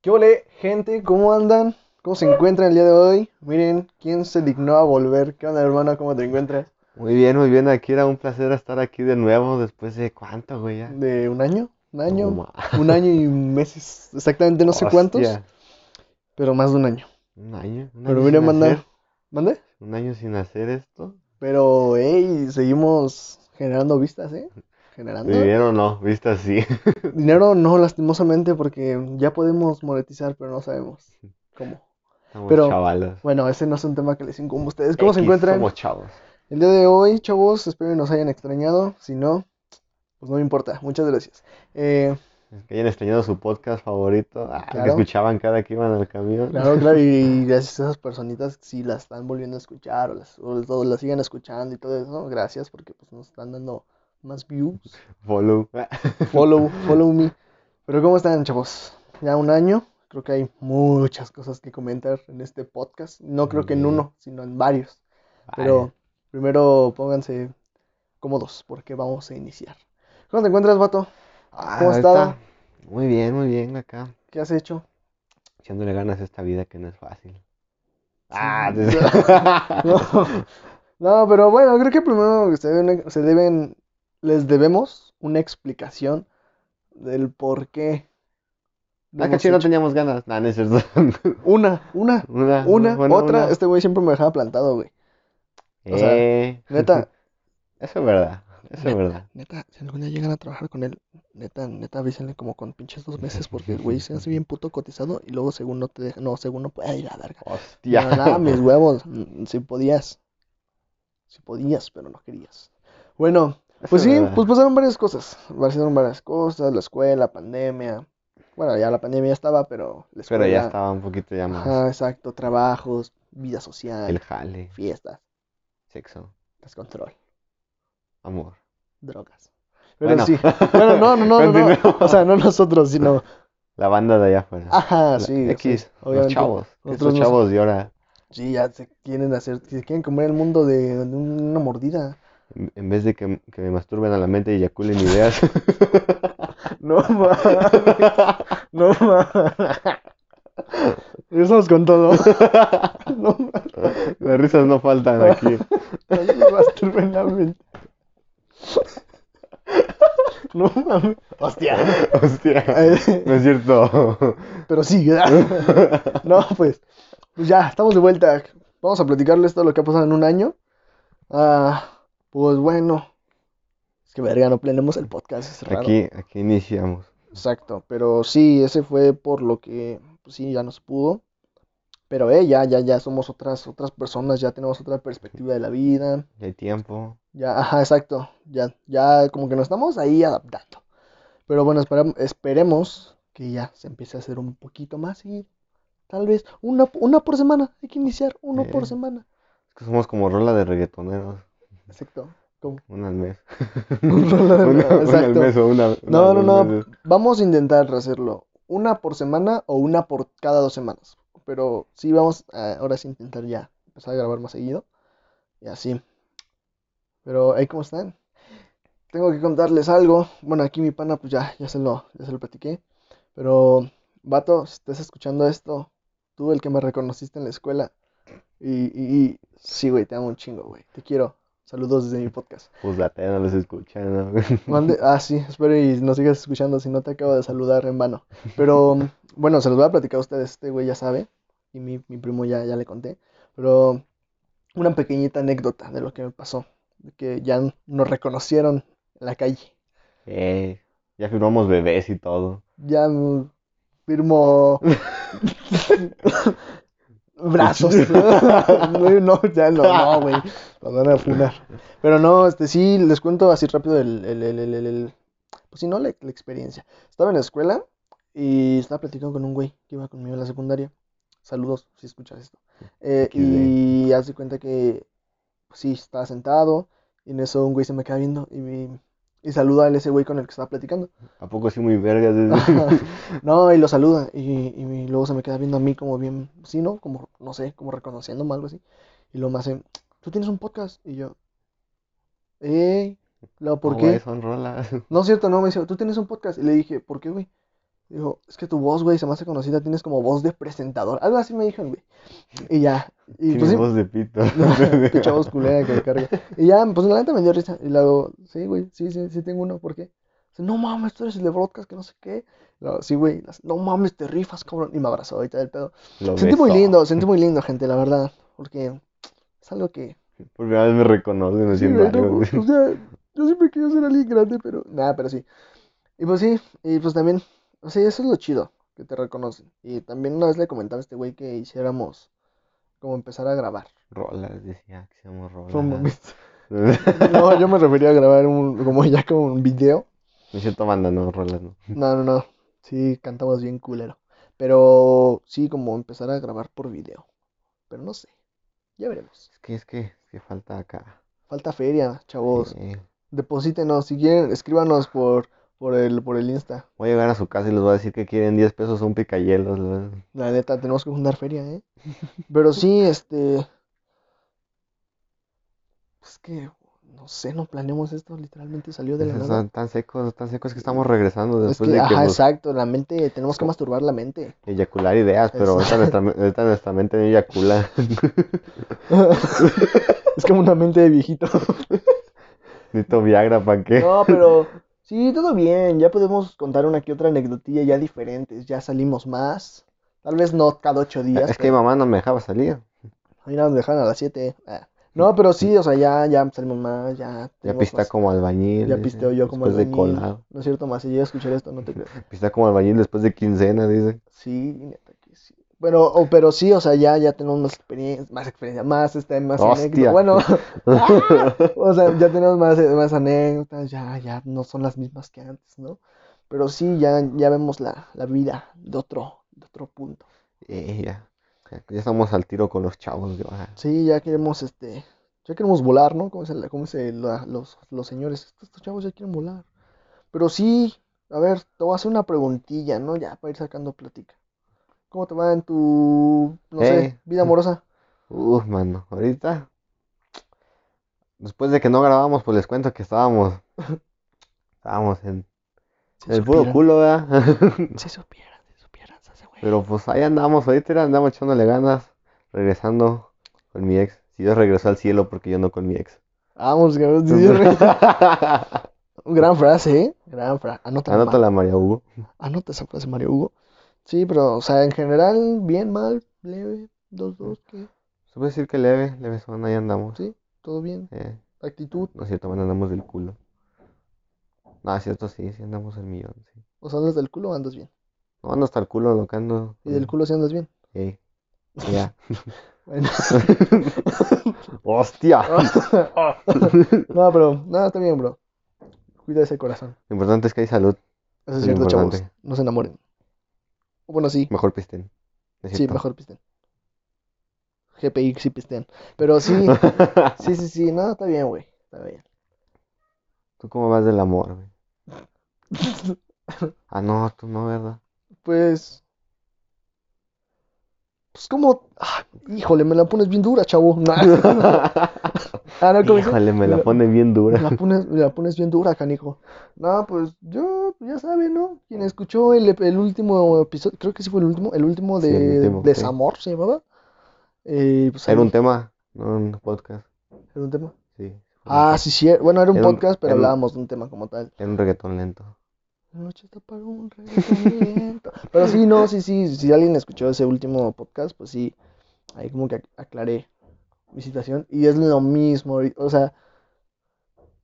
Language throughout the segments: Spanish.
¿Qué ole, gente? ¿Cómo andan? ¿Cómo se encuentran el día de hoy? Miren, ¿quién se dignó a volver? ¿Qué onda, hermano? ¿Cómo te encuentras? Muy bien, muy bien. Aquí era un placer estar aquí de nuevo después de cuánto, güey. Ya? ¿De un año? ¿Un año? No ma- un año y meses, exactamente no sé cuántos, Hostia, pero más de un año. Un año. un Pero año miren, sin manda, hacer- ¿mande? un año sin hacer esto. Pero, hey, seguimos generando vistas, ¿eh? Generando. Dinero no, viste así. Dinero no, lastimosamente, porque ya podemos monetizar, pero no sabemos cómo. Somos Pero, chavalos. Bueno, ese no es un tema que les incumbe a ustedes. ¿Cómo se X, encuentran? Somos chavos. El día de hoy, chavos, espero que nos hayan extrañado. Si no, pues no me importa. Muchas gracias. Eh, Es que hayan extrañado su podcast favorito. ah, el Claro. que escuchaban cada que iban al camión. claro, claro, y gracias a esas personitas que sí las están volviendo a escuchar o las, o todo, las siguen escuchando y todo eso. ¿no? Gracias porque pues, nos están dando más views. Follow. Follow, follow me. Pero ¿cómo están, chavos? Ya un año. Creo que hay muchas cosas que comentar en este podcast. No creo que en Sí. uno, sino en varios. Ay, Pero primero pónganse cómodos porque vamos a iniciar. ¿Cómo te encuentras, vato? ah, ¿cómo has ahorita- estado? Muy bien, muy bien acá. ¿Qué has hecho? Echándole ganas a esta vida que no es fácil. Ah, Sí. No, no, pero bueno, creo que primero se deben, se deben- les debemos una explicación del por qué. lo Ah, hemos caché, no hecho. teníamos ganas. Nah, no es cierto. Una, una, Una, una, Ah, bueno, otra. una. Este güey siempre me dejaba plantado, güey. o sea, Eh, Neta, eso es verdad. Eso es verdad. neta, si algún día llegan a trabajar con él, neta, neta, avísenle como con pinches dos meses porque el güey se hace bien puto cotizado y luego según no te deja, no, según no puede ir a la verga. Hostia. No, nada, mis huevos. Mm, Si podías. Si podías, pero no querías. Bueno, Eso pues es sí, verdad. pues pasaron varias cosas. Pasaron varias cosas, la escuela, pandemia. Bueno, ya la pandemia ya estaba, pero la Pero ya escuela- estaba un poquito ya más. Ajá, exacto, trabajos, vida social, El jale, fiestas, sexo, descontrol, amor. drogas. Pero Bueno. sí. Bueno, no, no, no, no, no. O sea, no nosotros, sino. La banda de allá afuera. Ajá, La- Ah, sí. o sea, X, los obviamente. chavos. que nosotros Estos no- chavos de ahora, Sí, ya se quieren hacer, se quieren comer el mundo de de una mordida. en en vez de que, que me masturben a la mente y eyaculen ideas, No mames. No mames. Regresamos con todo. No mames. las risas no faltan aquí. Me masturbé en la mente. No mames. Hostia. Hostia, no es cierto. Pero sí, ¿verdad? No, pues. Pues ya, estamos de vuelta. Vamos a platicarles todo lo que ha pasado en un año. Ah, pues bueno. Es que verga, no planeamos el podcast. Es raro. Aquí, aquí iniciamos. Exacto, pero sí, ese fue por lo que pues sí ya no se pudo. Pero eh, ya, ya, ya somos otras, otras personas, ya tenemos otra perspectiva de la vida. Ya hay tiempo. Ya, ajá, exacto. Ya, ya como que nos estamos ahí adaptando. Pero bueno, esperam- esperemos que ya se empiece a hacer un poquito más y tal vez una, una por semana. Hay que iniciar uno por Eh. semana. Es que somos como rola de reggaetoneros. Exacto. como- Una al mes. rola de- Una- una al exacto. mes o una. No, una no, al no. mes. Vamos a intentar hacerlo una por semana o una por cada dos semanas. Pero sí, vamos a, ahora sí intentar ya empezar a grabar más seguido. Y así. Pero, ahí ¿cómo están? Tengo que contarles algo. Bueno, aquí mi pana, pues ya, ya se lo, ya se lo platiqué. Pero, vato, si estás escuchando esto, tú el que me reconociste en la escuela. Y, y- y- sí, güey, te amo un chingo, güey. Te quiero. Saludos desde mi podcast. Pues la tele no los escucha, ¿no? Mande- ah, sí, espero y nos sigas escuchando si no te acabo de saludar en vano. Pero mm, bueno, se los voy a platicar a ustedes, este güey ya sabe, y mi, mi primo ya, ya le conté, pero una pequeñita anécdota de lo que me pasó, de que ya n- nos reconocieron en la calle. Eh, ya firmamos bebés y todo. Ya mm, firmo brazos. Güey, no, ya no, no, güey. Nos van a funar. Pero no, este sí, les cuento así rápido el, el, el, el, el- el- pues si no, la, la experiencia. Estaba en la escuela y estaba platicando con un güey que iba conmigo en la secundaria. Saludos, si escuchas esto. Eh, XD. y hace cuenta que, pues sí, estaba sentado y en eso un güey se me queda viendo y, me- y saluda a ese güey con el que estaba platicando. ¿A poco sí muy vergas? No, y lo saluda. Y, y me- luego se me queda viendo a mí como bien, sí, ¿no? Como, no sé, como reconociéndome, algo así. Y lo más hace, tú tienes un podcast. Y yo, ¿eh? No, ¿por No, qué? güey, son rolas. No es cierto, no, me dice, tú tienes un podcast. Y le dije, ¿por qué, güey? Dijo, es que tu voz, güey, se me hace conocida, tienes como voz de presentador. Algo así me dijeron, güey. Y ya. Y Tiene pues sí, voz de pito. pinche voz culera que le carga. Y ya, pues la neta me dio risa. Y luego, sí, güey, sí, sí, sí tengo uno, ¿por qué? Dice, no mames, tú eres el de broadcast, que no sé qué. Luego, sí, güey, las- no mames, te rifas, cabrón. Y me abrazó ahorita del pedo. Lo Sentí muy besó. lindo, sentí muy lindo, gente, la verdad. Porque es algo que. Por primera vez me reconocen Sí, haciendo güey, algo. no, güey. o sea, yo siempre quería ser alguien grande, pero. Nada, pero sí. Y pues sí, y pues también. O sea, eso es lo chido, que te reconocen. Y también una vez le comentaba a este güey que hiciéramos. Como empezar a grabar. Rolas, decía "Ah, que hacíamos rolas. Fue un momento. No, yo me refería a grabar un, como ya como un video. Me siento banda, no, rolas, no. No, no, no. Sí, cantamos bien culero. Pero sí, como empezar a grabar por video. Pero no sé. Ya veremos. Es que, es que, es que falta acá. Eh, Falta feria, chavos. Sí. Deposítenos. Si quieren, escríbanos por, por el, por el Insta. Voy a llegar a su casa y les voy a decir que quieren 10 pesos un picayelos. les voy a- La neta, tenemos que juntar feria, ¿eh? Pero sí, este. Es que, no sé, no planeamos esto. Literalmente salió de la nada. Están tan secos, tan secos que estamos regresando Es después que, de que ajá, nos exacto. La mente, tenemos que masturbar la mente. eyacular ideas, pero ahorita nuestra, me- ahorita nuestra mente no eyacula. Es como una mente de viejito. Necesito Viagra, ¿para qué? No, pero sí, todo bien. Ya podemos contar una que otra anecdotilla ya diferentes. Ya salimos más. Tal vez no cada ocho días. es que mi pero- mamá no me dejaba salir. Ahí nos dejan a las siete. Ah. No, pero sí, o sea, ya, ya salimos más. Ya, Ya tenemos pista más- como albañil. Ya dice, pisteo yo como Después de albañil. colado. No es cierto, más si llega a escuchar esto, no te creo. Pista como albañil después de quincena, dice. Sí, neta que sí. Pero, o, pero sí, o sea, ya, ya tenemos más experiencia, más experiencia, más, este, más Hostia. anécdotas. Bueno, o sea, ya tenemos más, eh, más anécdotas, ya, ya no son las mismas que antes, ¿no? Pero sí, ya, ya vemos la, la vida de otro, de otro punto. Eh, ya. Ya ya estamos al tiro con los chavos. yo, ah. Sí, ya queremos, este, ya queremos volar, ¿no? Como dicen como dice la- los, los señores, estos, estos chavos ya quieren volar. Pero sí, a ver, te voy a hacer una preguntilla, ¿no? Ya, para ir sacando plática. ¿Cómo te va en tu, no Hey. sé, vida amorosa? Uf, mano, ahorita. Después de que no grabamos, pues les cuento que estábamos. Estábamos en Si el puro supieran, culo, ¿verdad? Si supieran, si supieran, se hace güey. Pero pues ahí andamos, ahorita andamos echándole ganas, regresando con mi ex. Si Dios regresó al cielo, porque yo no con mi ex. Vamos, cabrón, sí, Anótala, Gran frase, ¿eh? Gran frase. Anota, María Hugo. Anota esa frase, Mario Hugo. Sí, pero, o sea, en general, bien, mal, leve, dos, dos, ¿qué? Se puede decir que leve, leve son, ahí andamos. Sí. ¿Todo bien? Eh, ¿Actitud? no es cierto, bueno, andamos del culo. No, es cierto, sí, sí andamos el millón. sí. O sea, andas del culo o andas bien. No ando hasta el culo, lo que ando. Y del culo sí andas bien. Ey, ya. Bueno. ¡Hostia! no, bro. No, está bien, bro. Cuida ese corazón. Lo importante es que hay salud, Eso Es es cierto, lo chavos. importante. No se enamoren. O Bueno, sí. mejor pisten. No es Sí, cierto. mejor pistean. GPI sí pistean. Pero sí, sí, sí, sí. No, está bien, güey. Está bien. ¿Tú cómo vas del amor, güey? Ah, no, tú no, ¿verdad? Pues. Pues como. ah, híjole, me la pones bien dura, chavo. Nah. Ah, no, ¿cómo dice? Híjole, me Me la la- pone bien Me dura. la pones, me la pones bien dura, canijo. No, pues yo, ya sabe, ¿no? Quien escuchó el, el último episodio, creo que sí fue el último, el último Sí, de el último, sí. Desamor se llamaba. Eh, pues Era ahí- un tema, no un podcast. era un tema. Sí. Ah, sí, sí. Bueno, era un Era un- podcast, pero era un- hablábamos de un tema como tal. Era un reggaetón lento. La noche está para un reggaetón. Pero sí, no, sí, sí. Si alguien escuchó ese último podcast, pues sí. Ahí como que ac- aclaré mi situación. Y es lo mismo. ahorita, O sea.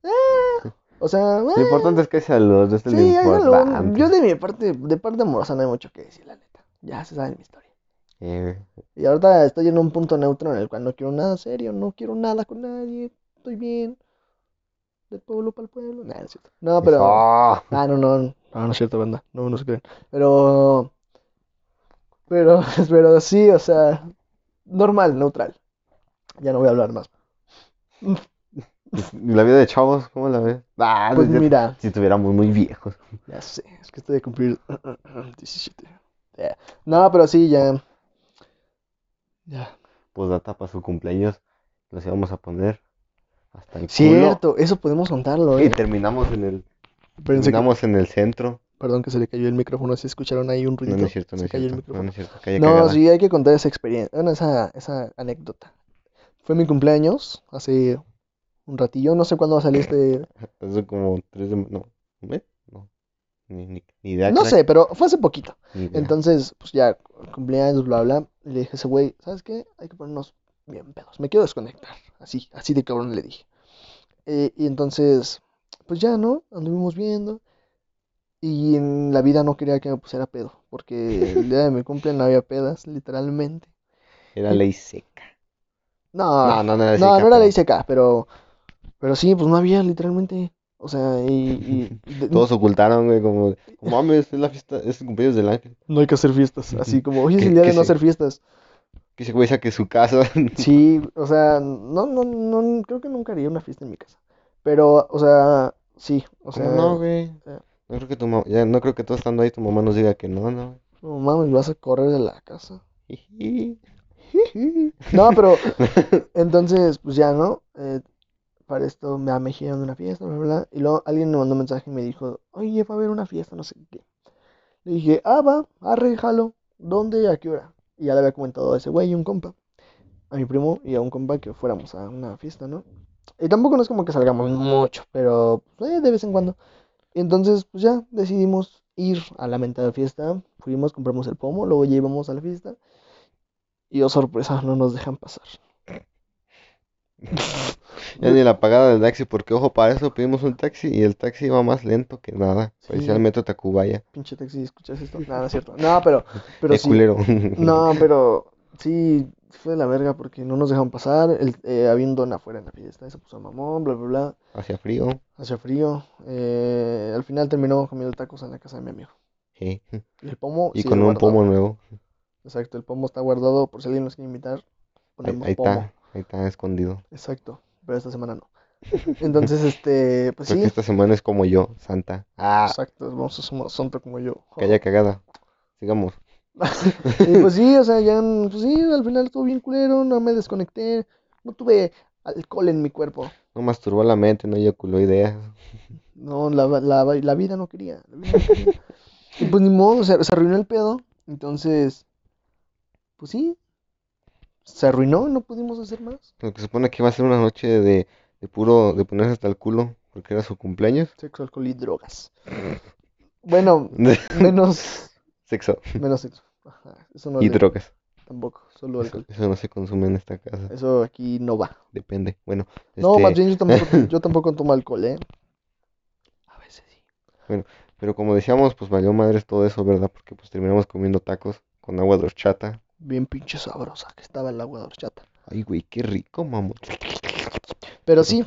eh, o sea. Lo eh, importante es que hay salud, es lo Sí, hay algo- importante. Yo de mi parte, de parte amorosa no hay mucho que decir, la neta. Ya se sabe mi historia. Eh, Y ahorita estoy en un punto neutro en el cual no quiero nada serio, no quiero nada con nadie, estoy bien. Del pueblo para el pueblo. Nah, no es cierto. No, pero. eso. Ah, no, no, no, no es cierto, banda. No, no se crean. Pero, pero, pero sí, o sea, normal, neutral. Ya no voy a hablar más. ¿Y la vida de chavos, ¿cómo la ves? Ah, Pues no es cierto. mira, si estuviéramos muy viejos. ya sé, es que estoy de cumplir 17. Eh, No, pero sí, ya. Ya. Pues data para su cumpleaños. Los íbamos a poner hasta el culo. Cierto, eso podemos contarlo, Y ¿eh? terminamos en el Pensé que- terminamos en el centro. Perdón que se le cayó el micrófono, si escucharon ahí un No, no ruidito, es cierto, no se es cayó el cierto. No, micrófono. no es cierto. Calla, No, cagada. sí, hay que contar esa experiencia, bueno, esa, esa anécdota. Fue mi cumpleaños hace un ratillo, no sé cuándo va a Eh, salir este... Hace como tres semanas. No, ¿un mes? No. Ni, ni, ni idea, No crack, sé, pero fue hace poquito. ni idea. Entonces, pues ya, cumpleaños, bla, bla. Y le dije a ese güey, ¿sabes qué? Hay que ponernos bien pedos. Me quiero desconectar. Así, así de cabrón le dije. Eh, y entonces, pues ya, ¿no? Anduvimos viendo. Y en la vida no quería que me pusiera pedo. Porque el día de mi cumpleaños no había pedas, literalmente. Era ley seca. No, No, no, no era ley Ah, no, seca, no era pero ley seca, pero, pero sí, pues no había, literalmente. O sea, y, y de- Todos ocultaron, güey, como, como, mames, es la fiesta, es el cumpleaños del ángel. no hay que hacer fiestas. Así como, hoy es Que- el día que de no se- hacer fiestas. Que ese güey saque su casa. Sí, o sea, no, no, no, creo que nunca haría una fiesta en mi casa. Pero, o sea, sí, o ¿Cómo sea, no, güey? sea- No creo que tu mamá, ya no creo que tú estando ahí tu mamá nos diga que no, no, no mames, vas a correr de la casa. güey. No, pero, entonces, pues ya, ¿no? Eh, para esto me, me hicieron una fiesta, bla, bla, bla. Y luego alguien me mandó un mensaje y me dijo, oye, va a haber una fiesta, no sé qué. Le dije, ah, va, arre, jalo, ¿dónde y a qué hora? Y ya le había comentado a ese güey y un compa, a mi primo y a un compa que fuéramos a una fiesta, ¿no? Y tampoco no es como que salgamos mucho, pero eh, de vez en cuando. Y entonces, pues ya decidimos ir a la mentada fiesta. Fuimos, compramos el pomo, luego ya íbamos a la fiesta. Y oh, sorpresa, no nos dejan pasar. Ya ni la pagada del taxi, porque ojo, para eso pedimos un taxi y el taxi iba más lento que nada. Parecía el Sí. metro Tacubaya. Pinche taxi, ¿escuchas esto? Nada, no es cierto. No, pero, pero Qué sí. culero. No, pero sí, fue de la verga porque no nos dejan pasar. El, eh, había un don afuera en la fiesta, eso puso mamón, bla, bla, bla. Hacía frío. Hacía frío. eh, al final terminamos comiendo tacos en la casa de mi amigo. sí. El pomo. Y sigue con un guardado. pomo nuevo. Exacto, el pomo está guardado por si alguien nos quiere invitar. Ahí, Ponemos ahí pomo. está, ahí está escondido. Exacto, pero esta semana no. Entonces, este, pues sí. Creo que Pues, esta semana es como yo, Santa. Ah, Exacto, vamos a sumar santo como yo. calla cagada. Sigamos. Y pues sí, o sea, ya, mm, pues sí, al final estuvo bien culero, no me desconecté, no tuve alcohol en mi cuerpo. No masturbó la mente, no eyaculó ideas. No, la, la, la vida no quería. la vida no quería. Y pues ni modo, se, se arruinó el pedo. Entonces, pues sí, se arruinó, no pudimos hacer más. Lo que supone que iba a ser una noche de, de puro, de ponerse hasta el culo, porque era su cumpleaños. Sexo, alcohol y drogas. Bueno, menos, Sexo menos sexo. Ajá, eso no y le- drogas. Tampoco, solo Eso, alcohol. eso no se consume en esta casa. Eso aquí no va. Depende. Bueno, No, más este, bien yo tampoco, yo tampoco tomo alcohol, ¿eh? A veces sí. pero como decíamos, pues valió madres todo eso, ¿verdad? Porque pues terminamos comiendo tacos con agua de horchata. Bien pinche sabrosa que estaba el agua de horchata. Ay, güey, qué rico, mamón. Pero sí,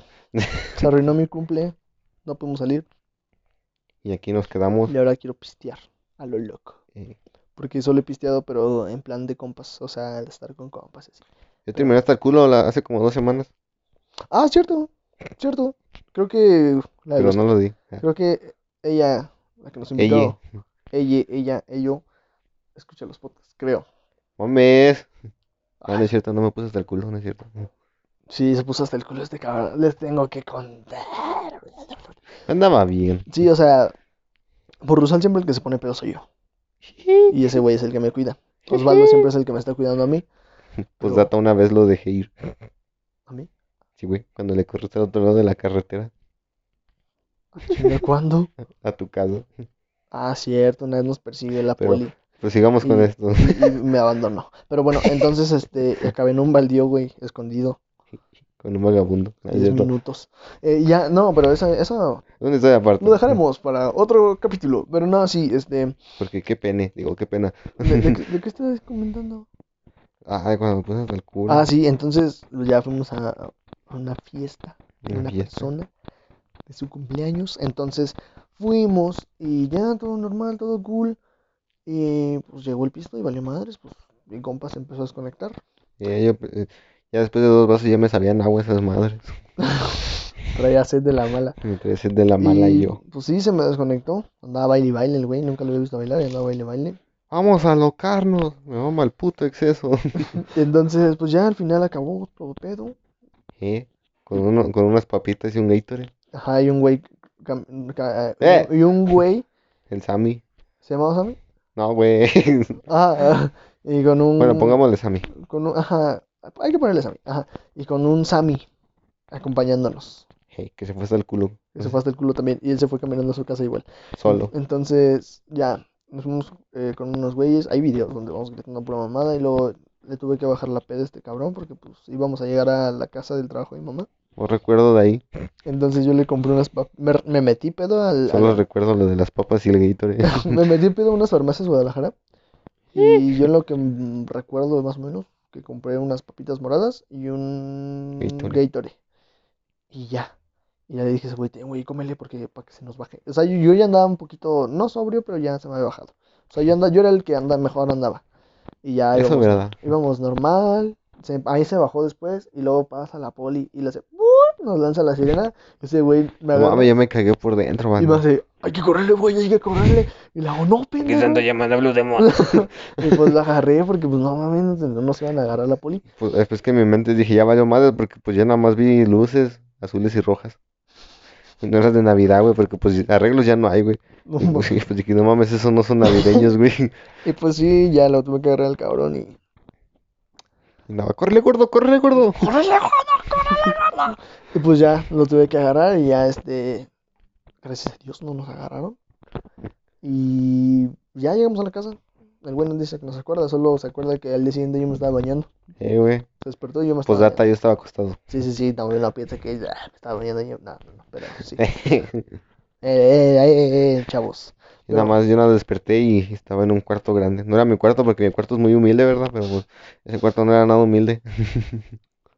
se arruinó mi cumple. No pudimos salir. Y aquí nos quedamos. Y ahora quiero pistear a lo loco. eh, Porque solo he pisteado, pero en plan de compas. O sea, de estar con compas. y Así. yo terminé hasta el culo la- hace como dos semanas, Ah, cierto. Cierto. Creo que. La de pero los- no lo di. Ah, Creo que ella, la que nos invitó. Ella. Ella, ella, ello. Escucha los podcasts, creo. Mames. No, no Ay. es cierto, no me puse hasta el culo, no es cierto. Sí, se puso hasta el culo este cabrón. Les tengo que contar. Andaba bien. Sí, o sea, por Rusal siempre el que se pone pedo soy yo. Y ese güey es el que me cuida. Osvaldo siempre es el que me está cuidando a mí. Pues Pero- data una vez lo dejé ir. ¿A mí? Sí, güey, cuando le corriste al otro lado de la carretera Ah, Chinga, ¿Cuándo? a tu casa. Ah, cierto, una vez nos persigue la Pero- poli Pues sigamos con Y- esto. y, y me abandonó. Pero bueno, entonces este acabé en un baldío, güey, escondido, Con un vagabundo. No, es 10 cierto. minutos. Eh, ya, no, pero eso, eso Es una historia aparte. lo dejaremos para otro capítulo. Pero no, sí, este. Porque qué pene, digo, qué pena. ¿De, de- de qué estás comentando? Ah, cuando me puse hasta el culo. Ah, sí, entonces ya fuimos a a una fiesta de Una una fiesta. persona de su cumpleaños. Entonces fuimos y ya todo normal, todo cool. Y pues llegó el pisto y valió madres. Pues mi compa se empezó a desconectar. Eh, yo, eh, ya después de dos vasos ya me sabían agua esas madres. Traía sed de la mala. Me traía sed de la mala Y, yo. Pues sí, se me desconectó. Andaba baile y baile el güey. Nunca lo había visto bailar. y andaba baile y baile. Vamos a locarnos. Me vamos al puto exceso. Entonces, pues ya al final acabó todo pedo. Eh, Con, uno, con unas papitas y un Gatorade. Ajá, y un güey. cam- ca- ¡Eh! Y un güey El Sammy. ¿Se llamaba Sammy? No, güey. Ajá, ah, y con un... Bueno, pongámosle Sammy. con un- ajá, hay que ponerle Sammy. Ajá, y con un Sammy acompañándonos. Hey, que se fue hasta el culo. Que se fue hasta el culo también. Y él se fue caminando a su casa igual. Solo. Entonces, ya, nos fuimos eh, con unos güeyes. Hay videos donde vamos gritando pura mamada. Y luego le tuve que bajar la peda a este cabrón porque pues íbamos a llegar a la casa del trabajo de mi mamá. No recuerdo de ahí. Entonces yo le compré unas... pap- Me, me metí pedo al... al- Solo recuerdo lo de las papas y el Gatorade. me metí pedo a unas farmacias de Guadalajara. Eh. Y yo lo que mm, recuerdo más o menos, que compré unas papitas moradas y un Gatorade. Gatorade. Y ya. Y ya le dije a ese güey, "Ten, güey, cómele porque para que se nos baje. O sea, yo, yo ya andaba un poquito, no sobrio, pero ya se me había bajado. O sea, yo, anda, yo era el que anda, mejor andaba. Y ya Eso es íbamos, verdad. íbamos normal. se- ahí se bajó después y luego pasa la poli y le hace, "Buuut", nos lanza la sirena. Ese güey me No agarra- mames, yo me cagué por dentro, y mano. me hace, hay que correrle, güey, hay que correrle. Y le hago, no, Que tanto pendejo. llaman a Blue Demon. Y pues la agarré porque, pues, no mames, no nos iban a agarrar la poli. Pues, después que en mi mente dije, ya valió madre, porque pues ya nada más vi luces azules y rojas. Y no eran de Navidad, güey, porque pues arreglos ya no hay, güey. No Y mames. pues, pues dije, no mames, esos no son navideños, güey. Y pues sí, ya lo tuve que agarrar al cabrón y... Y nada, córrele, gordo, córrele, gordo. Y pues ya lo tuve que agarrar y ya, este... Gracias a Dios no nos agarraron. Y ya llegamos a la casa. El güey no dice que nos acuerda, solo se acuerda que al día siguiente yo me estaba bañando. Eh, güey. Se despertó y yo me estaba Pues data, bañando. yo estaba acostado. Sí, sí, sí, también la piensa que "Ah, me estaba bañando y yo... No, no, no, pero sí. Eh, eh, eh, eh, chavos. Y nada Pero- más yo nada desperté y estaba en un cuarto grande. No era mi cuarto porque mi cuarto es muy humilde, ¿verdad? Pero pues, ese cuarto no era nada humilde.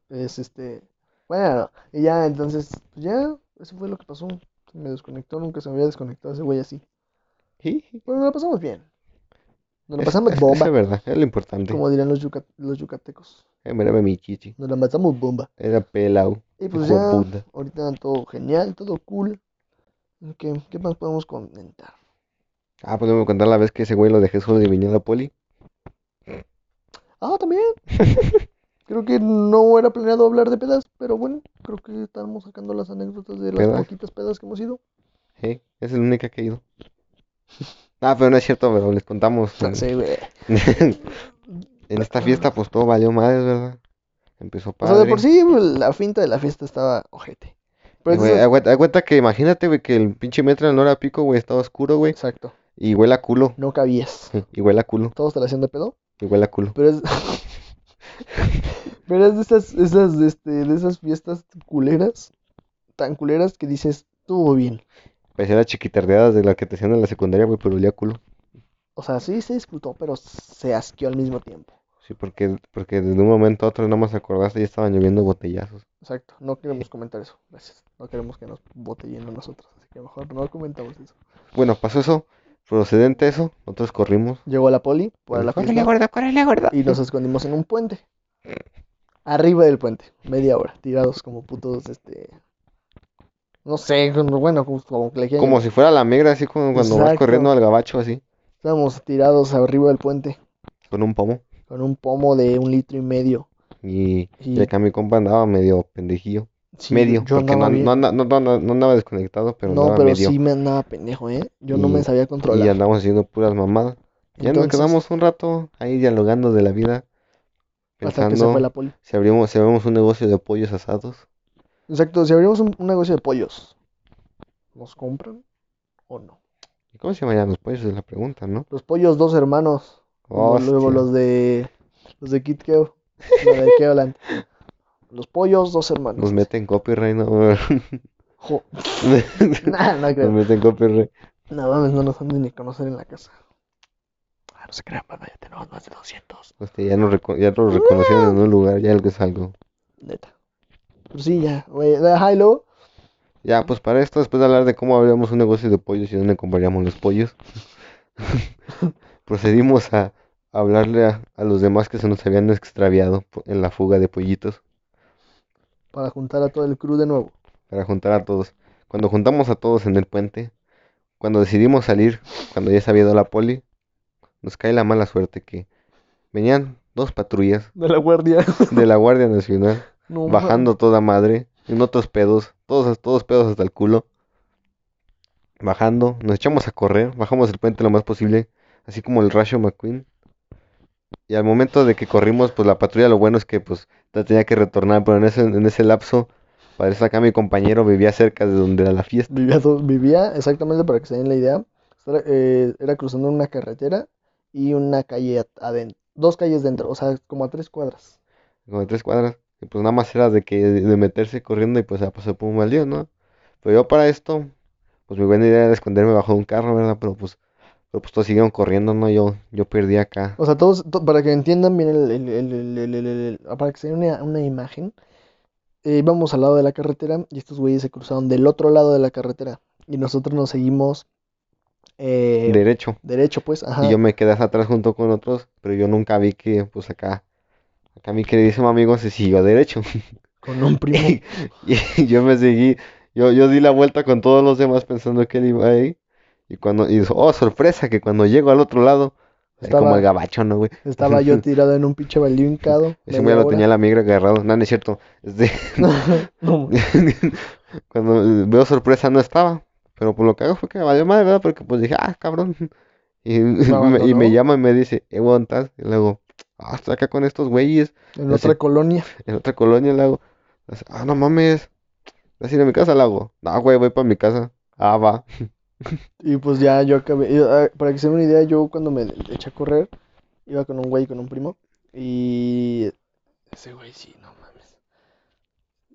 Es este. Bueno, y ya, entonces, pues ya, eso fue lo que pasó. Se me desconectó, nunca se me había desconectado ese güey así. Bueno, nos la pasamos bien. Nos la pasamos Es bomba, verdad, es lo importante. como dirían los, yuca- los yucatecos. Eh, mírame mi chichi. Nos la pasamos bomba. Era pelao. Y pues hijo de ya, puta. ahorita todo genial, todo cool. ¿Qué, qué más podemos comentar? Ah, pues me voy a contar la vez que ese güey lo dejé solo y venía a la poli. Ah, también. Creo que no era planeado hablar de pedas, pero bueno, creo que estamos sacando las anécdotas de las ¿Pedas? poquitas pedas que hemos ido. Eh, es el único que he ido. Ah, pero no es cierto, pero les contamos. en- Sí, güey. en esta fiesta, pues todo valió madres, ¿verdad? Empezó O sea, de por padre. sí la finta de la fiesta estaba ojete. Pero Y, güey, entonces- aguanta, aguanta que imagínate, güey, que el pinche metro en la hora pico, güey, estaba oscuro, güey. Exacto. Y huele a culo. No cabías. Y huele a culo. Todos te la hacían de pedo. Y huele a culo. Pero es. pero es de esas, esas, este, de esas fiestas culeras. Tan culeras que dices, estuvo bien. Parecía las chiquitardeadas de las que te hacían en la secundaria, güey, pero olía a culo. O sea, sí se disfrutó, pero se asqueó al mismo tiempo. Sí, porque, porque desde un momento a otro no más acordaste y estaban lloviendo botellazos. Exacto. No queremos comentar eso. Gracias. No queremos que nos botellen a nosotros. Así que mejor no comentamos eso. Bueno, pasó eso. Procedente eso, nosotros corrimos. Llegó la poli para la Córrele, fiesta. gordo, córrele, gordo. y nos escondimos en un puente. Arriba del puente, media hora, tirados como putos, este. No sé, como- bueno, como, como que le quieran Como si fuera la migra, así como cuando vas Exacto. corriendo al gabacho, así, llamar. Estábamos tirados arriba del puente con un pomo. con un pomo de un litro y medio. Y Y- ya que mi compa andaba medio pendejillo. Sí, medio, yo porque no, andaba bien. no, anda- no, no, no- no andaba desconectado, pero No, andaba pero medio. sí me andaba pendejo, ¿eh? Yo no Y- me sabía Y controlar. andamos haciendo puras mamadas. Ya nos Entonces, quedamos un rato ahí dialogando de la vida. Hasta que se Pensando fue la poli. si abrimos, si abrimos un negocio de pollos asados. Exacto, si abrimos un, un negocio de pollos, ¿nos compran o no? ¿Y ¿Cómo se llamarían los pollos? Es la pregunta, ¿no? Los pollos dos hermanos. Como luego Hostia. los de los de Kid Keo, los de Keoland. Los pollos, dos hermanos. Nos meten copyright, no. Jo, Nos nah, no creo. meten copyright. No mames, no nos han de ni conocer en la casa. Ah, no se crean, banda, ya tenemos más de 200, Hostia, Pues ya nos reco- ya nos reconocieron en un lugar, ya algo es algo. neta. Pero sí, ya, güey. Ajá, y luego, Ya, pues para esto, después de hablar de cómo abríamos un negocio de pollos y dónde compraríamos los pollos, procedimos a hablarle a, a los demás que se nos habían extraviado po- en la fuga de pollitos para juntar a todo el crew de nuevo. para juntar a todos. Cuando juntamos a todos en el puente, cuando decidimos salir, cuando ya se había ido la poli, nos cae la mala suerte que venían dos patrullas De la guardia. de la Guardia Nacional No, ma- bajando toda madre, en otros pedos, todos, todos pedos hasta el culo. bajando, nos echamos a correr, bajamos el puente lo más posible, así como el Rayo McQueen. Y al momento de que corrimos, pues la patrulla lo bueno es que pues la tenía que retornar, pero en ese, en ese lapso, parece acá mi compañero vivía cerca de donde era la fiesta. Vivía, do- vivía exactamente para que se den la idea. Era, eh, era cruzando una carretera y una calle adentro. Dos calles dentro, o sea, como a tres cuadras. como de tres cuadras. Y pues nada más era de que de meterse corriendo y pues ya pasó por un baldío, ¿no? Pero yo para esto, pues mi buena idea era esconderme bajo un carro, ¿verdad? Pero pues, pero pues todos siguieron corriendo, ¿no? Yo, yo perdí acá. O sea, todos, to- para que entiendan bien el, el- el- el- el- el- el- el- para que se den una, una imagen, eh, íbamos al lado de la carretera y estos güeyes se cruzaron del otro lado de la carretera y nosotros nos seguimos eh, Derecho. derecho, pues, ajá. Y yo me quedé hasta atrás junto con otros, pero yo nunca vi que, pues acá, acá mi queridísimo amigo se siguió derecho. Con un primo. Y yo me seguí, yo, yo di la vuelta con todos los demás pensando que él iba ahí. Y cuando, y oh, sorpresa, que cuando llego al otro lado, ahí como Estaba- el gabacho, ¿no, güey? Estaba yo tirado en un pinche baldío hincado. Ese media güey lo hora. tenía la migra agarrado. No, no es cierto. Este, No, cuando veo sorpresa no estaba. Pero pues lo que hago fue que me valió madre, ¿verdad? Porque pues dije, ah, cabrón. Y me, abandonó? y me llama y me dice, eh, weón, ¿estás? Y le digo, ah, estoy acá con estos güeyes. en Ya otra sé. colonia. En otra colonia le hago, Dice, ah, no mames. ¿Vas a ir a mi casa? Le hago, no, güey, voy para mi casa. Ah, va. Y pues ya yo acabé. y, ah, para que se den una idea, yo cuando me eché a correr, iba con un güey, con un primo. Y ese güey, sí, no mames.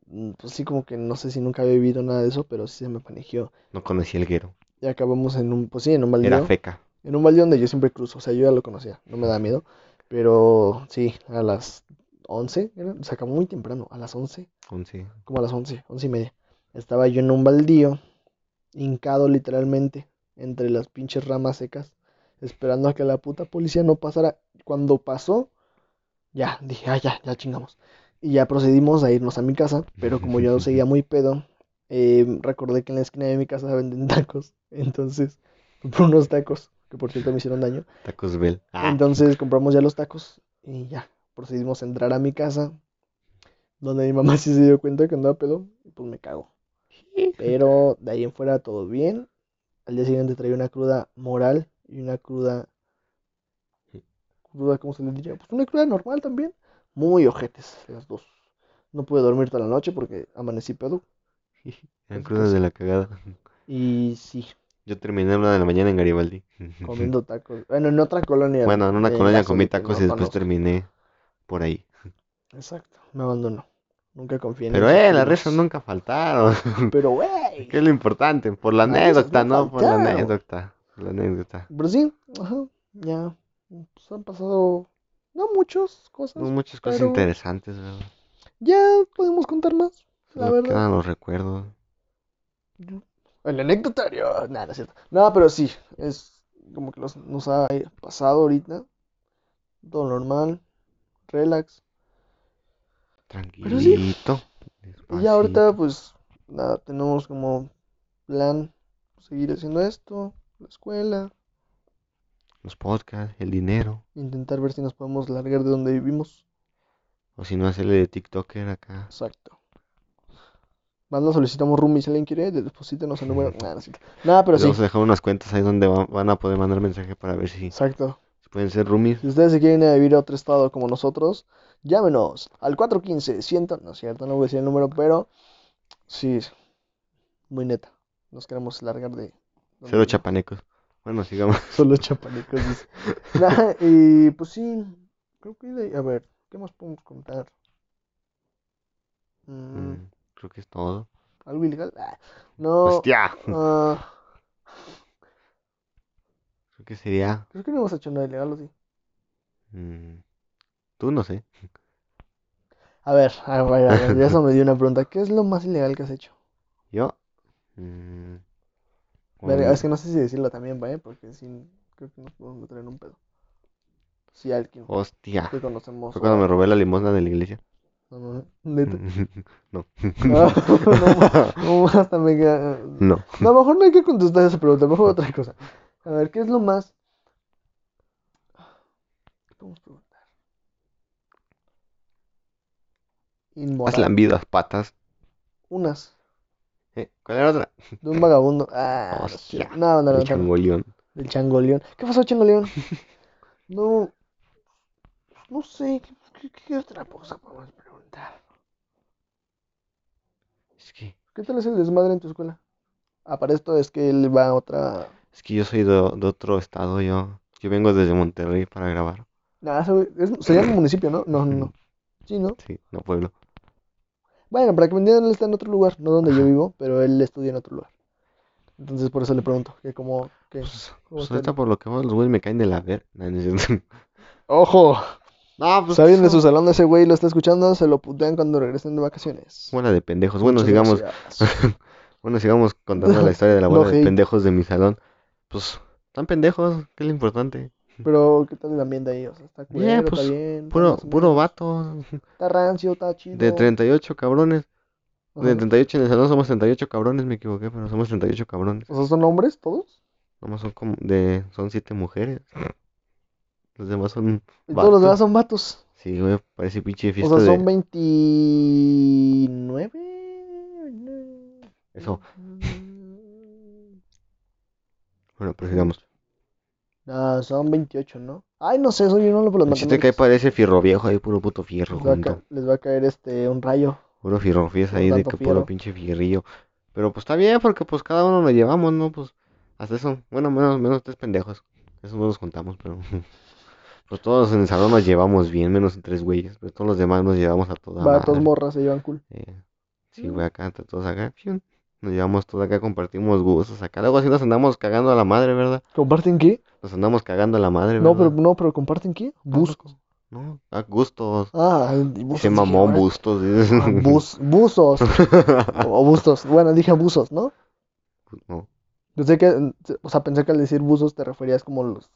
Mm, Pues sí, como que no sé si nunca había vivido nada de eso, pero sí se me panejeó. No conocí el guero. Y acabamos en un, pues sí, en un Era baldío. feca. En un baldío donde yo siempre cruzo, o sea, yo ya lo conocía, no me da miedo. Pero sí, a las 11, era- se acabó muy temprano, a las 11. Once. como a las 11, 11 y media. Estaba yo en un baldío, hincado literalmente, entre las pinches ramas secas, esperando a que la puta policía no pasara. Cuando pasó, ya, dije, ah, ya, ya chingamos. Y ya procedimos a irnos a mi casa, pero como yo seguía muy pedo, eh, recordé que en la esquina de mi casa venden tacos. Entonces, compré unos tacos, que por cierto me hicieron daño. Tacos Bell. Ah, Entonces compramos ya los tacos y ya, procedimos a entrar a mi casa, donde mi mamá sí se dio cuenta que andaba pedo, y pues me cago. Pero de ahí en fuera todo bien. Al día siguiente traía una cruda moral y una cruda... cruda ¿Cómo se le diría? Pues una cruda normal también. Muy ojetes las dos. No pude dormir toda la noche porque amanecí pedo. eran crudas de la cagada. Y sí, Yo terminé a la una de la mañana en Garibaldi. comiendo tacos. Bueno, en otra colonia. Bueno, en una de colonia la zona comí que tacos no y después conozco. terminé por ahí. Exacto, me abandonó. Nunca confié en Pero, esos eh, las primos. risas nunca faltaron. Pero, güey. ¿Qué es lo importante? Por la Las risas anécdota, no ¿no? Por la faltaron. anécdota. Por la anécdota. Pero sí, ajá, ya. Pues han pasado, no muchas cosas. No, muchas Pues, cosas pero- interesantes, ¿verdad? Ya podemos contar más, la Solo verdad. quedan los recuerdos. El anecdotario. Nada, no es cierto. No, pero sí, es como que los- nos ha pasado ahorita. Todo normal, relax. Tranquilito. Y ya despacito. ahorita, pues, nada, tenemos como plan seguir haciendo esto, la escuela, Los podcasts, el dinero. intentar ver si nos podemos largar de donde vivimos. O si no, hacerle de TikToker acá. Exacto. Más lo solicitamos roomies, si alguien quiere, deposítenos el número. Nada, no es cierto. Nada, pero Les sí. Vamos a dejar unas cuentas ahí donde va- van a poder mandar mensaje para ver si, Exacto. si pueden ser roomies. Si ustedes se quieren ir a vivir a otro estado como nosotros, llámenos al 415-100. No es cierto, no voy a decir el número, pero sí, muy neta. Nos queremos largar de. donde Cero vivimos. chapanecos. Bueno, sigamos. Solo chapanecos. dice. Nah, y pues sí, creo que. de- A ver, ¿qué más podemos contar? Mm, Mm, Pues, Creo que es todo. ¿Algo ilegal? Ah, no. Hostia. ah, Creo que sería. creo que no hemos hecho nada ilegal, ¿o sí? mm, Tú no sé. A ver, a ver, a ver, ya eso me dio una pregunta. ¿Qué es lo más ilegal que has hecho? Yo. mm, Verga, con- es que no sé si decirlo también, ¿vale? Porque sin, creo que nos podemos meter en un pedo. Si alguien mm, Hostia. que conocemos. Fue cuando me robé la limosna de la iglesia. No, no, neta. no. Ah, no, no, hasta me queda- no. No, mejor no hay que contestar esa pregunta, mejor otra cosa. A ver, ¿qué es lo más. ¿Qué podemos preguntar? Has Inmoral. lambido las patas Unas. Eh, ¿Cuál era otra? De un vagabundo. Ah, no, Hostia, sí. no, no, no, El no. changoleón. Del changoleón. ¿Qué pasó, changoleón? No. No sé. ¿Qué, qué- qué otra cosa podemos preguntar? Es que, ¿Qué tal es el desmadre en tu escuela? Ah, para esto es que él va a otra. es que yo soy de, de otro estado, yo. Yo vengo desde Monterrey para grabar. Nada, se- es- se llama municipio, ¿no? No, no, no. Sí, ¿no? Sí, no pueblo. Bueno, para que me entiendan, él está en otro lugar, no donde yo vivo, pero él estudia en otro lugar. Entonces por eso le pregunto, que como que Pues, ¿Cómo pues está ahorita el- por lo que veo, los güeyes me caen de la ver. No, no es cierto. ¡Ojo! No, pues, Si alguien de son su salón de ese güey lo está escuchando, se lo putean cuando regresen de vacaciones. bola de pendejos. Bueno, Muchas sigamos, gracias. bueno, sigamos contando la historia de la No bola de hate. pendejos de mi salón. Pues, están pendejos, que es lo importante. Pero, ¿qué tal el ambiente ahí? O sea, está Bien, culero, está pues, bien, está Puro, más o puro menos. vato. Está rancio, está chido. De 38 cabrones. Ajá. De 38 en el salón somos 38 cabrones, me equivoqué, pero somos 38 cabrones. O sea, ¿son hombres todos? Nomás son como de, son siete mujeres. Los demás son, Y todos los Vatos. demás son vatos. sí, güey, parece pinche O fiesta sea, son de 29. eso. Bueno, pero sigamos. No, Ah, son 28, ¿no? Ay, no sé, soy yo no hablo por las El chiste que ahí matemáticas. parece fierro viejo, ahí puro puto fierro Les va, a junto. ca- les va a caer este un rayo. Puro fierrofías Puro ahí de tanto que fierro. puro pinche fierrillo. Pero pues está bien, porque pues cada uno lo llevamos, ¿no? Pues hasta eso. Bueno, menos, menos tres pendejos. Eso no nos contamos, pero. Pues todos en el salón nos llevamos bien, menos tres güeyes. Pero todos los demás nos llevamos a toda Vatos madre. morras se llevan cool. Eh, sí, güey, acá, entre todos acá. fiun. Nos llevamos todos acá, compartimos gustos acá. Luego así nos andamos cagando a la madre, ¿verdad? ¿Comparten qué? Nos andamos cagando a la madre, No, pero ¿verdad? no, pero comparten qué? Buscos. No, a gustos. Ah, y buzos Se dije, mamó ahora- bustos. Ah, bus- buzos. o bustos. Bueno, dije buzos, ¿no? No. Pensé que, o sea, pensé que al decir buzos te referías como los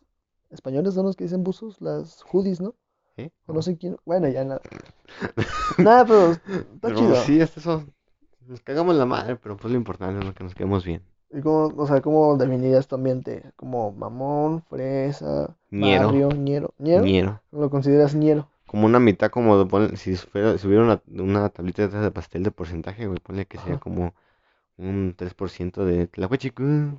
españoles son los que dicen buzos, las hoodies, ¿no? ¿Eh? O no sé quién. Bueno, ya nada. nada, pero está Pero chido. sí, hasta eso. Nos cagamos la madre, pero pues lo importante es que nos quedemos bien. ¿Y cómo, o sea, cómo definirías tu ambiente? Como mamón, fresa, Ñero. barrio, ñero. ¿Ñero? Ñero. ¿Lo consideras ñero? Como una mitad, como de ponle- si fuera- si hubiera una, una tablita de pastel de porcentaje, güey, ponle que sea Ajá. como un 3% de tlacuachicú,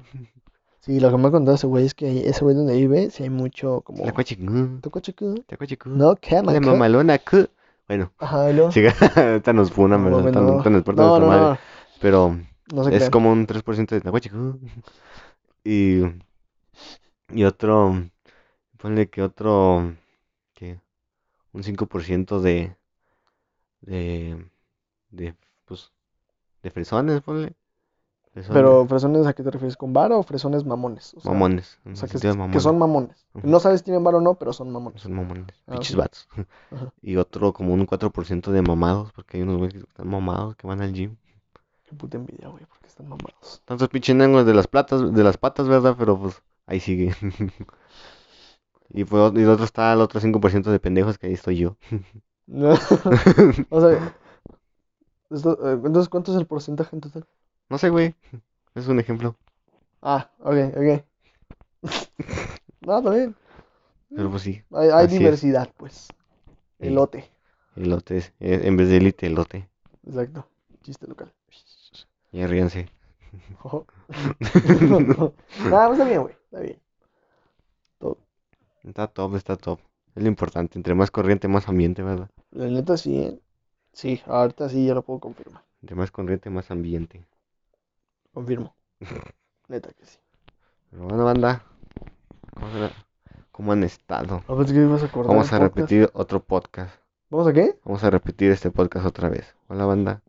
Sí, lo que me ha contado ese güey es que ese güey donde vive, sí hay mucho como... tlacuachicú, ¿Tocochico? tlacuachicú, No, ¿qué, la maca? mamalona, cu. Bueno, Ajá, y luego- siga, ahorita nos funan, No, ¿verdad? mames, Tan- no. tan expertos No, de su no, madre. no, Pero no se es crean. como un 3% de tlacuachicú. Y, y otro, ponle que otro, que un 5% de, de, de, pues, de fresones, ponle. Fresones, Pero fresones, ¿a qué te refieres? ¿Con vara o fresones mamones? O sea, ¿eh? mamones, o en el sea, que, sentido de que mamones. son mamones. Ujú. No sabes si tienen vara o no, pero son mamones. Son mamones, Ah, pinches sí. vatos. Ajá. Y otro como un 4% de mamados, porque hay unos güeyes que están mamados, que van al gym. Qué puta envidia, güey, porque están mamados. Tantos pinches nengos de las platas, de las patas, ¿verdad? Pero pues ahí sigue. Y pues y el otro está el otro 5% de pendejos que ahí estoy yo. o sea, esto- eh, entonces, ¿cuánto es el porcentaje en total? No sé, güey. Es un ejemplo. Ah, ok, ok. no, está bien. Pero pues sí. Hay, hay Así es. diversidad, pues. Sí. Elote. Elote es- eh, en vez de elite, elote. Exacto. Chiste local. Ya ríanse. Ojo. Nada, pues, está bien, güey. Está bien. Está top, está top. Es lo importante. Entre más corriente, más ambiente, ¿verdad? La neta sí, ¿eh? Sí, ahorita sí ya lo puedo confirmar. Entre más corriente, más ambiente. Confirmo. Neta que sí. Pero bueno, banda. ¿Cómo, será? ¿Cómo han estado? A ver, ¿qué ibas a acordar? Vamos el a podcast? repetir otro podcast. ¿Vamos a qué? Vamos a repetir este podcast otra vez. Hola, banda.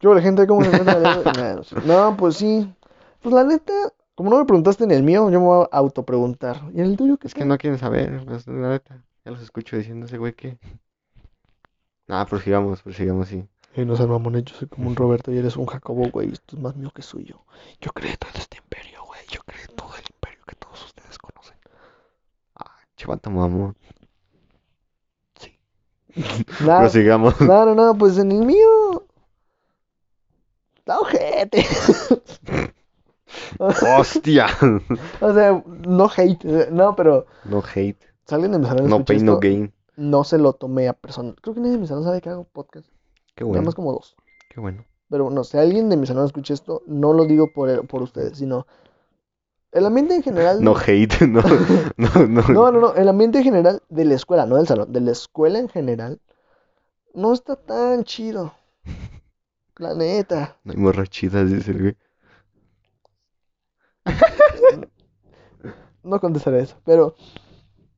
Yo, la gente, ¿cómo se encuentra? Nah, no sé. no, pues sí. Pues la neta, como no me preguntaste en el mío, yo me voy a autopreguntar. ¿Y en el tuyo qué Es que tal? no quieren saber, pues, la neta. Ya los escucho diciendo ese güey que. Ah, prosigamos, prosigamos, sí. Eh, no seas mamón, yo soy como un Roberto y eres un Jacobo, güey. Esto es más mío que suyo. Yo creé todo este imperio, güey. Yo creé todo el imperio que todos ustedes conocen. Ah, chivato mamón. Sí. Nada, Prosigamos. no, no, no, pues en el mío. Está ojete. ¡Hostia! O sea, no hate, eh, no, pero No hate, si alguien de mi salón no escucha pain, no esto, gain. no se lo tomé a personal. Creo que nadie de mi salón sabe que hago podcast. Qué Nada bueno, más como dos. qué bueno. Pero bueno, si alguien de mi salón escucha esto, no lo digo por, el- por ustedes, sino el ambiente en general. No hate, no, no, no. Ah. No, no, no, el ambiente en general de la escuela, no del salón, de la escuela en general, no está tan chido. La neta. No hay morras chidas, dice el güey. No contestaré eso, pero,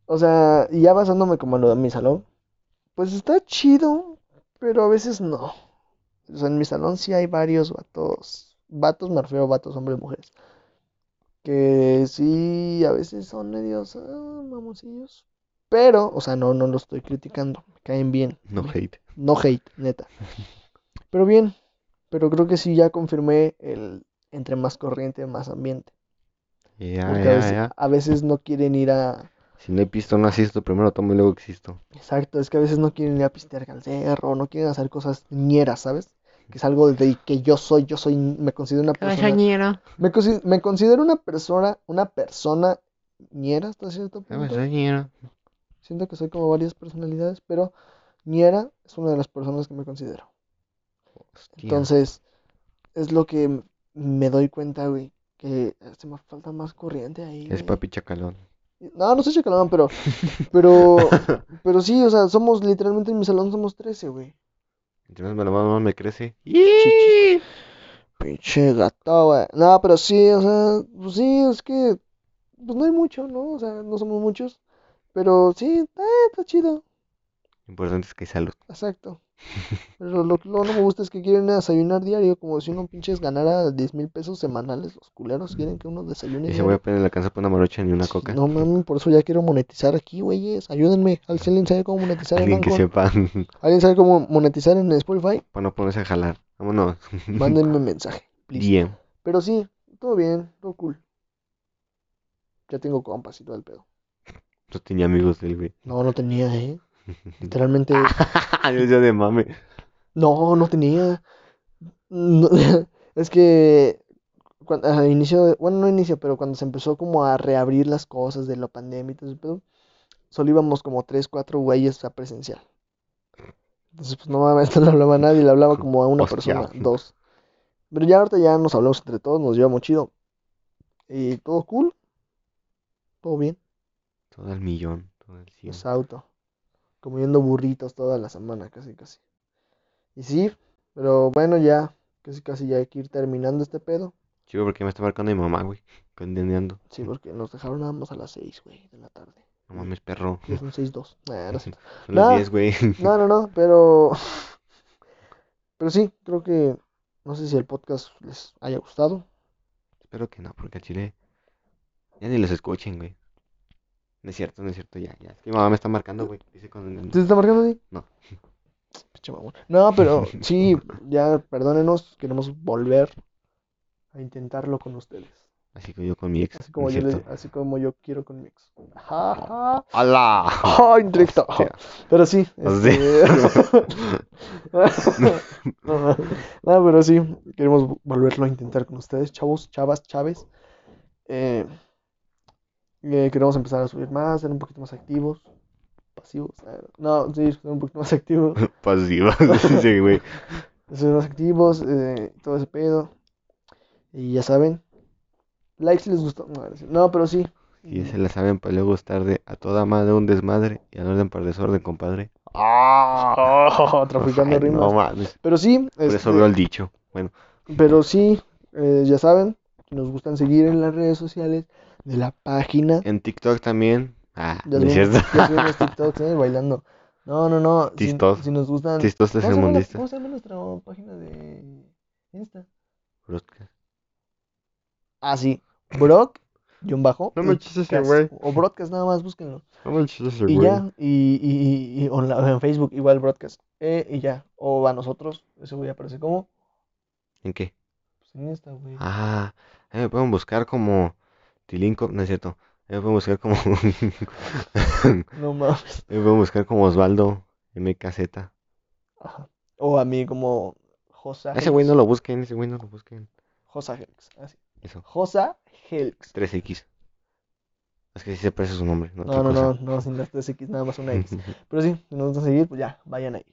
o sea, y ya basándome como en lo de mi salón, pues está chido, pero a veces no. O sea, en mi salón sí hay varios vatos, vatos, me refiero a vatos, hombres, mujeres, que sí, a veces son medios, ah, mamoncillos, pero, o sea, no, no los estoy criticando, me caen bien. No me- hate. No hate, neta. Pero bien, pero creo que sí ya confirmé el entre más corriente, más ambiente. Ya, Porque a, ya, veces, ya. a veces no quieren ir a... Si no he pisto, no asisto. Primero tomo y luego existo. Exacto, es que a veces no quieren ir a pistear al cerro, no quieren hacer cosas ñeras, ¿sabes? Que es algo de que yo soy, yo soy, me considero una persona... Me, consi- me considero una persona, una persona ñera hasta cierto punto. Cabañero. Siento que soy como varias personalidades, pero ñera es una de las personas que me considero. Hostia. Entonces, es lo que m- me doy cuenta, güey, que hace más falta más corriente ahí. Es güey. papi chacalón. No, no soy chacalón, pero, pero, pero sí, o sea, somos literalmente en mi salón somos 13, güey. Entre más me lo mamo, más me crece. Pinche gato, güey. No, pero sí, o sea, pues sí, es que, pues no hay mucho, ¿no? O sea, no somos muchos, pero sí, está, está chido, Lo importante es que hay salud. exacto. Pero lo que luego no me gusta es que quieren desayunar diario, como si uno pinches ganara 10 mil pesos semanales, los culeros quieren que uno desayune Y se diario. voy a poner en la cansa por una marocha ni una coca. No mami, por eso ya quiero monetizar aquí, güeyes. Ayúdenme. Al- si ¿Alguien sabe cómo monetizar en Alguien que Anchor? sepa. ¿Alguien sabe cómo monetizar en Spotify? Para no ponerse a jalar. Vámonos. Mándenme un mensaje, please. Bien. Pero sí, todo bien, todo cool. Ya tengo compas y todo el pedo. No tenía amigos del güey. No, no tenía, ¿eh? Literalmente, Yo decía de mame. no, no tenía. No, es que cuando, al inicio, de- bueno, no inicio, pero cuando se empezó como a reabrir las cosas de la pandemia y todo ese pedo, solo íbamos como tres, cuatro güeyes a presencial. Entonces, pues no mames, no le hablaba a nadie, le hablaba como a una Hostia. persona, dos. Pero ya ahorita ya nos hablamos entre todos, nos llevamos chido. Y todo cool, todo bien, Todo al millón. Todo al cien. exacto. Comiendo burritos toda la semana, casi, casi. Y sí, pero bueno, ya, casi, casi ya hay que ir terminando este pedo. Chivo, porque me está marcando mi mamá, güey. Condeneando. Sí, porque nos dejaron nada más a las 6, güey, de la tarde. No mames, perro. Ya son 6-2. Nah, no es cierto. Son las No. 10, güey. No, no, no, pero. Pero sí, creo que. No sé si el podcast les haya gustado. Espero que no, porque al chile. Ya ni los escuchen, güey. No es cierto, no es cierto, ya, ya. Es que mi mamá me está marcando, güey. Dice ¿Te condeneando. está marcando así? No. Pinche mamón. No, pero sí, ya perdónenos, queremos volver a intentarlo con ustedes. Así que yo con mi ex. Así como, no es yo, les- cierto. así como yo quiero con mi ex. Ajá, ajá. ¡Hala! ¡Ah, indirecto! Hostia. Pero sí. Así. este- no, no, pero sí, queremos vo- volverlo a intentar con ustedes, chavos, chavas, chaves. Eh, eh, queremos empezar a subir más, ser un poquito más activos, pasivos. eh, No, sí, ser un poquito más activos, Pasiva, dice, güey. ser más activos, eh, todo ese pedo. Y ya saben, likes si les gustó. No, ahora sí. No, pero sí. Y se la saben para luego es tarde. A toda madre un desmadre y al orden para desorden, compadre. Ah, traficando Ay, rimas. No mames. Pero sí, Por este, eso veo el dicho. Bueno, pero sí, eh, ya saben, si nos gustan seguir en las redes sociales de la página. en TikTok también. Ah, Ya Eh, no es subimos, cierto. ya subimos TikToks, eh, bailando. No, no, no. Si, Tistos. si nos gustan. Tistos es ¿Cómo el se, llama, la- mundista. cómo se llama nuestra página de Insta? Ah, sí. Brock, guión bajo. No me y chistes, cast. güey. O broadcast, nada más, búsquenlo. No ese Y ya, y, y, y- y on la- en Facebook, igual broadcast. Eh, y ya. O a nosotros, ese güey aparece como. ¿En qué? Pues en Insta, güey. Ah, ahí me pueden buscar como Tilinco, no es cierto. Ahí me pueden buscar como ahí No mames. me pueden buscar como Osvaldo MKZ. Ajá. O a mí como. Josa Ese güey no Helix. lo busquen, ese güey no lo busquen. Josa Helix. Así. Eso, Josa Helix. 3X. Es que sí se parece su nombre, no No, otra no, no, cosa. no, sin las 3X, nada más una X. Pero sí, si nos gustan seguir, pues ya, vayan ahí.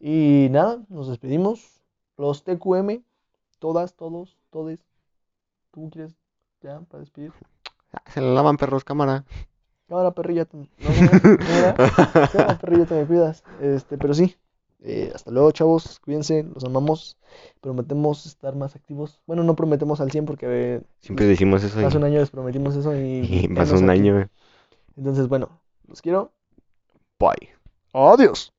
Y nada, nos despedimos. Los TQM, todas, todos, todes. ¿Tú quieres ya para despedir? Ah, Se la lavan perros, cámara. Cámara perrilla, te- no, no, cámara, cámara perrilla, te me cuidas. Este, pero sí, eh, hasta luego, chavos. Cuídense, los amamos. Prometemos estar más activos. Bueno, no prometemos al 100 porque eh, Siempre decimos eso y, hace un año les prometimos eso y. y ya pasó no un sé. año. Entonces, bueno, los quiero. Bye. Adiós.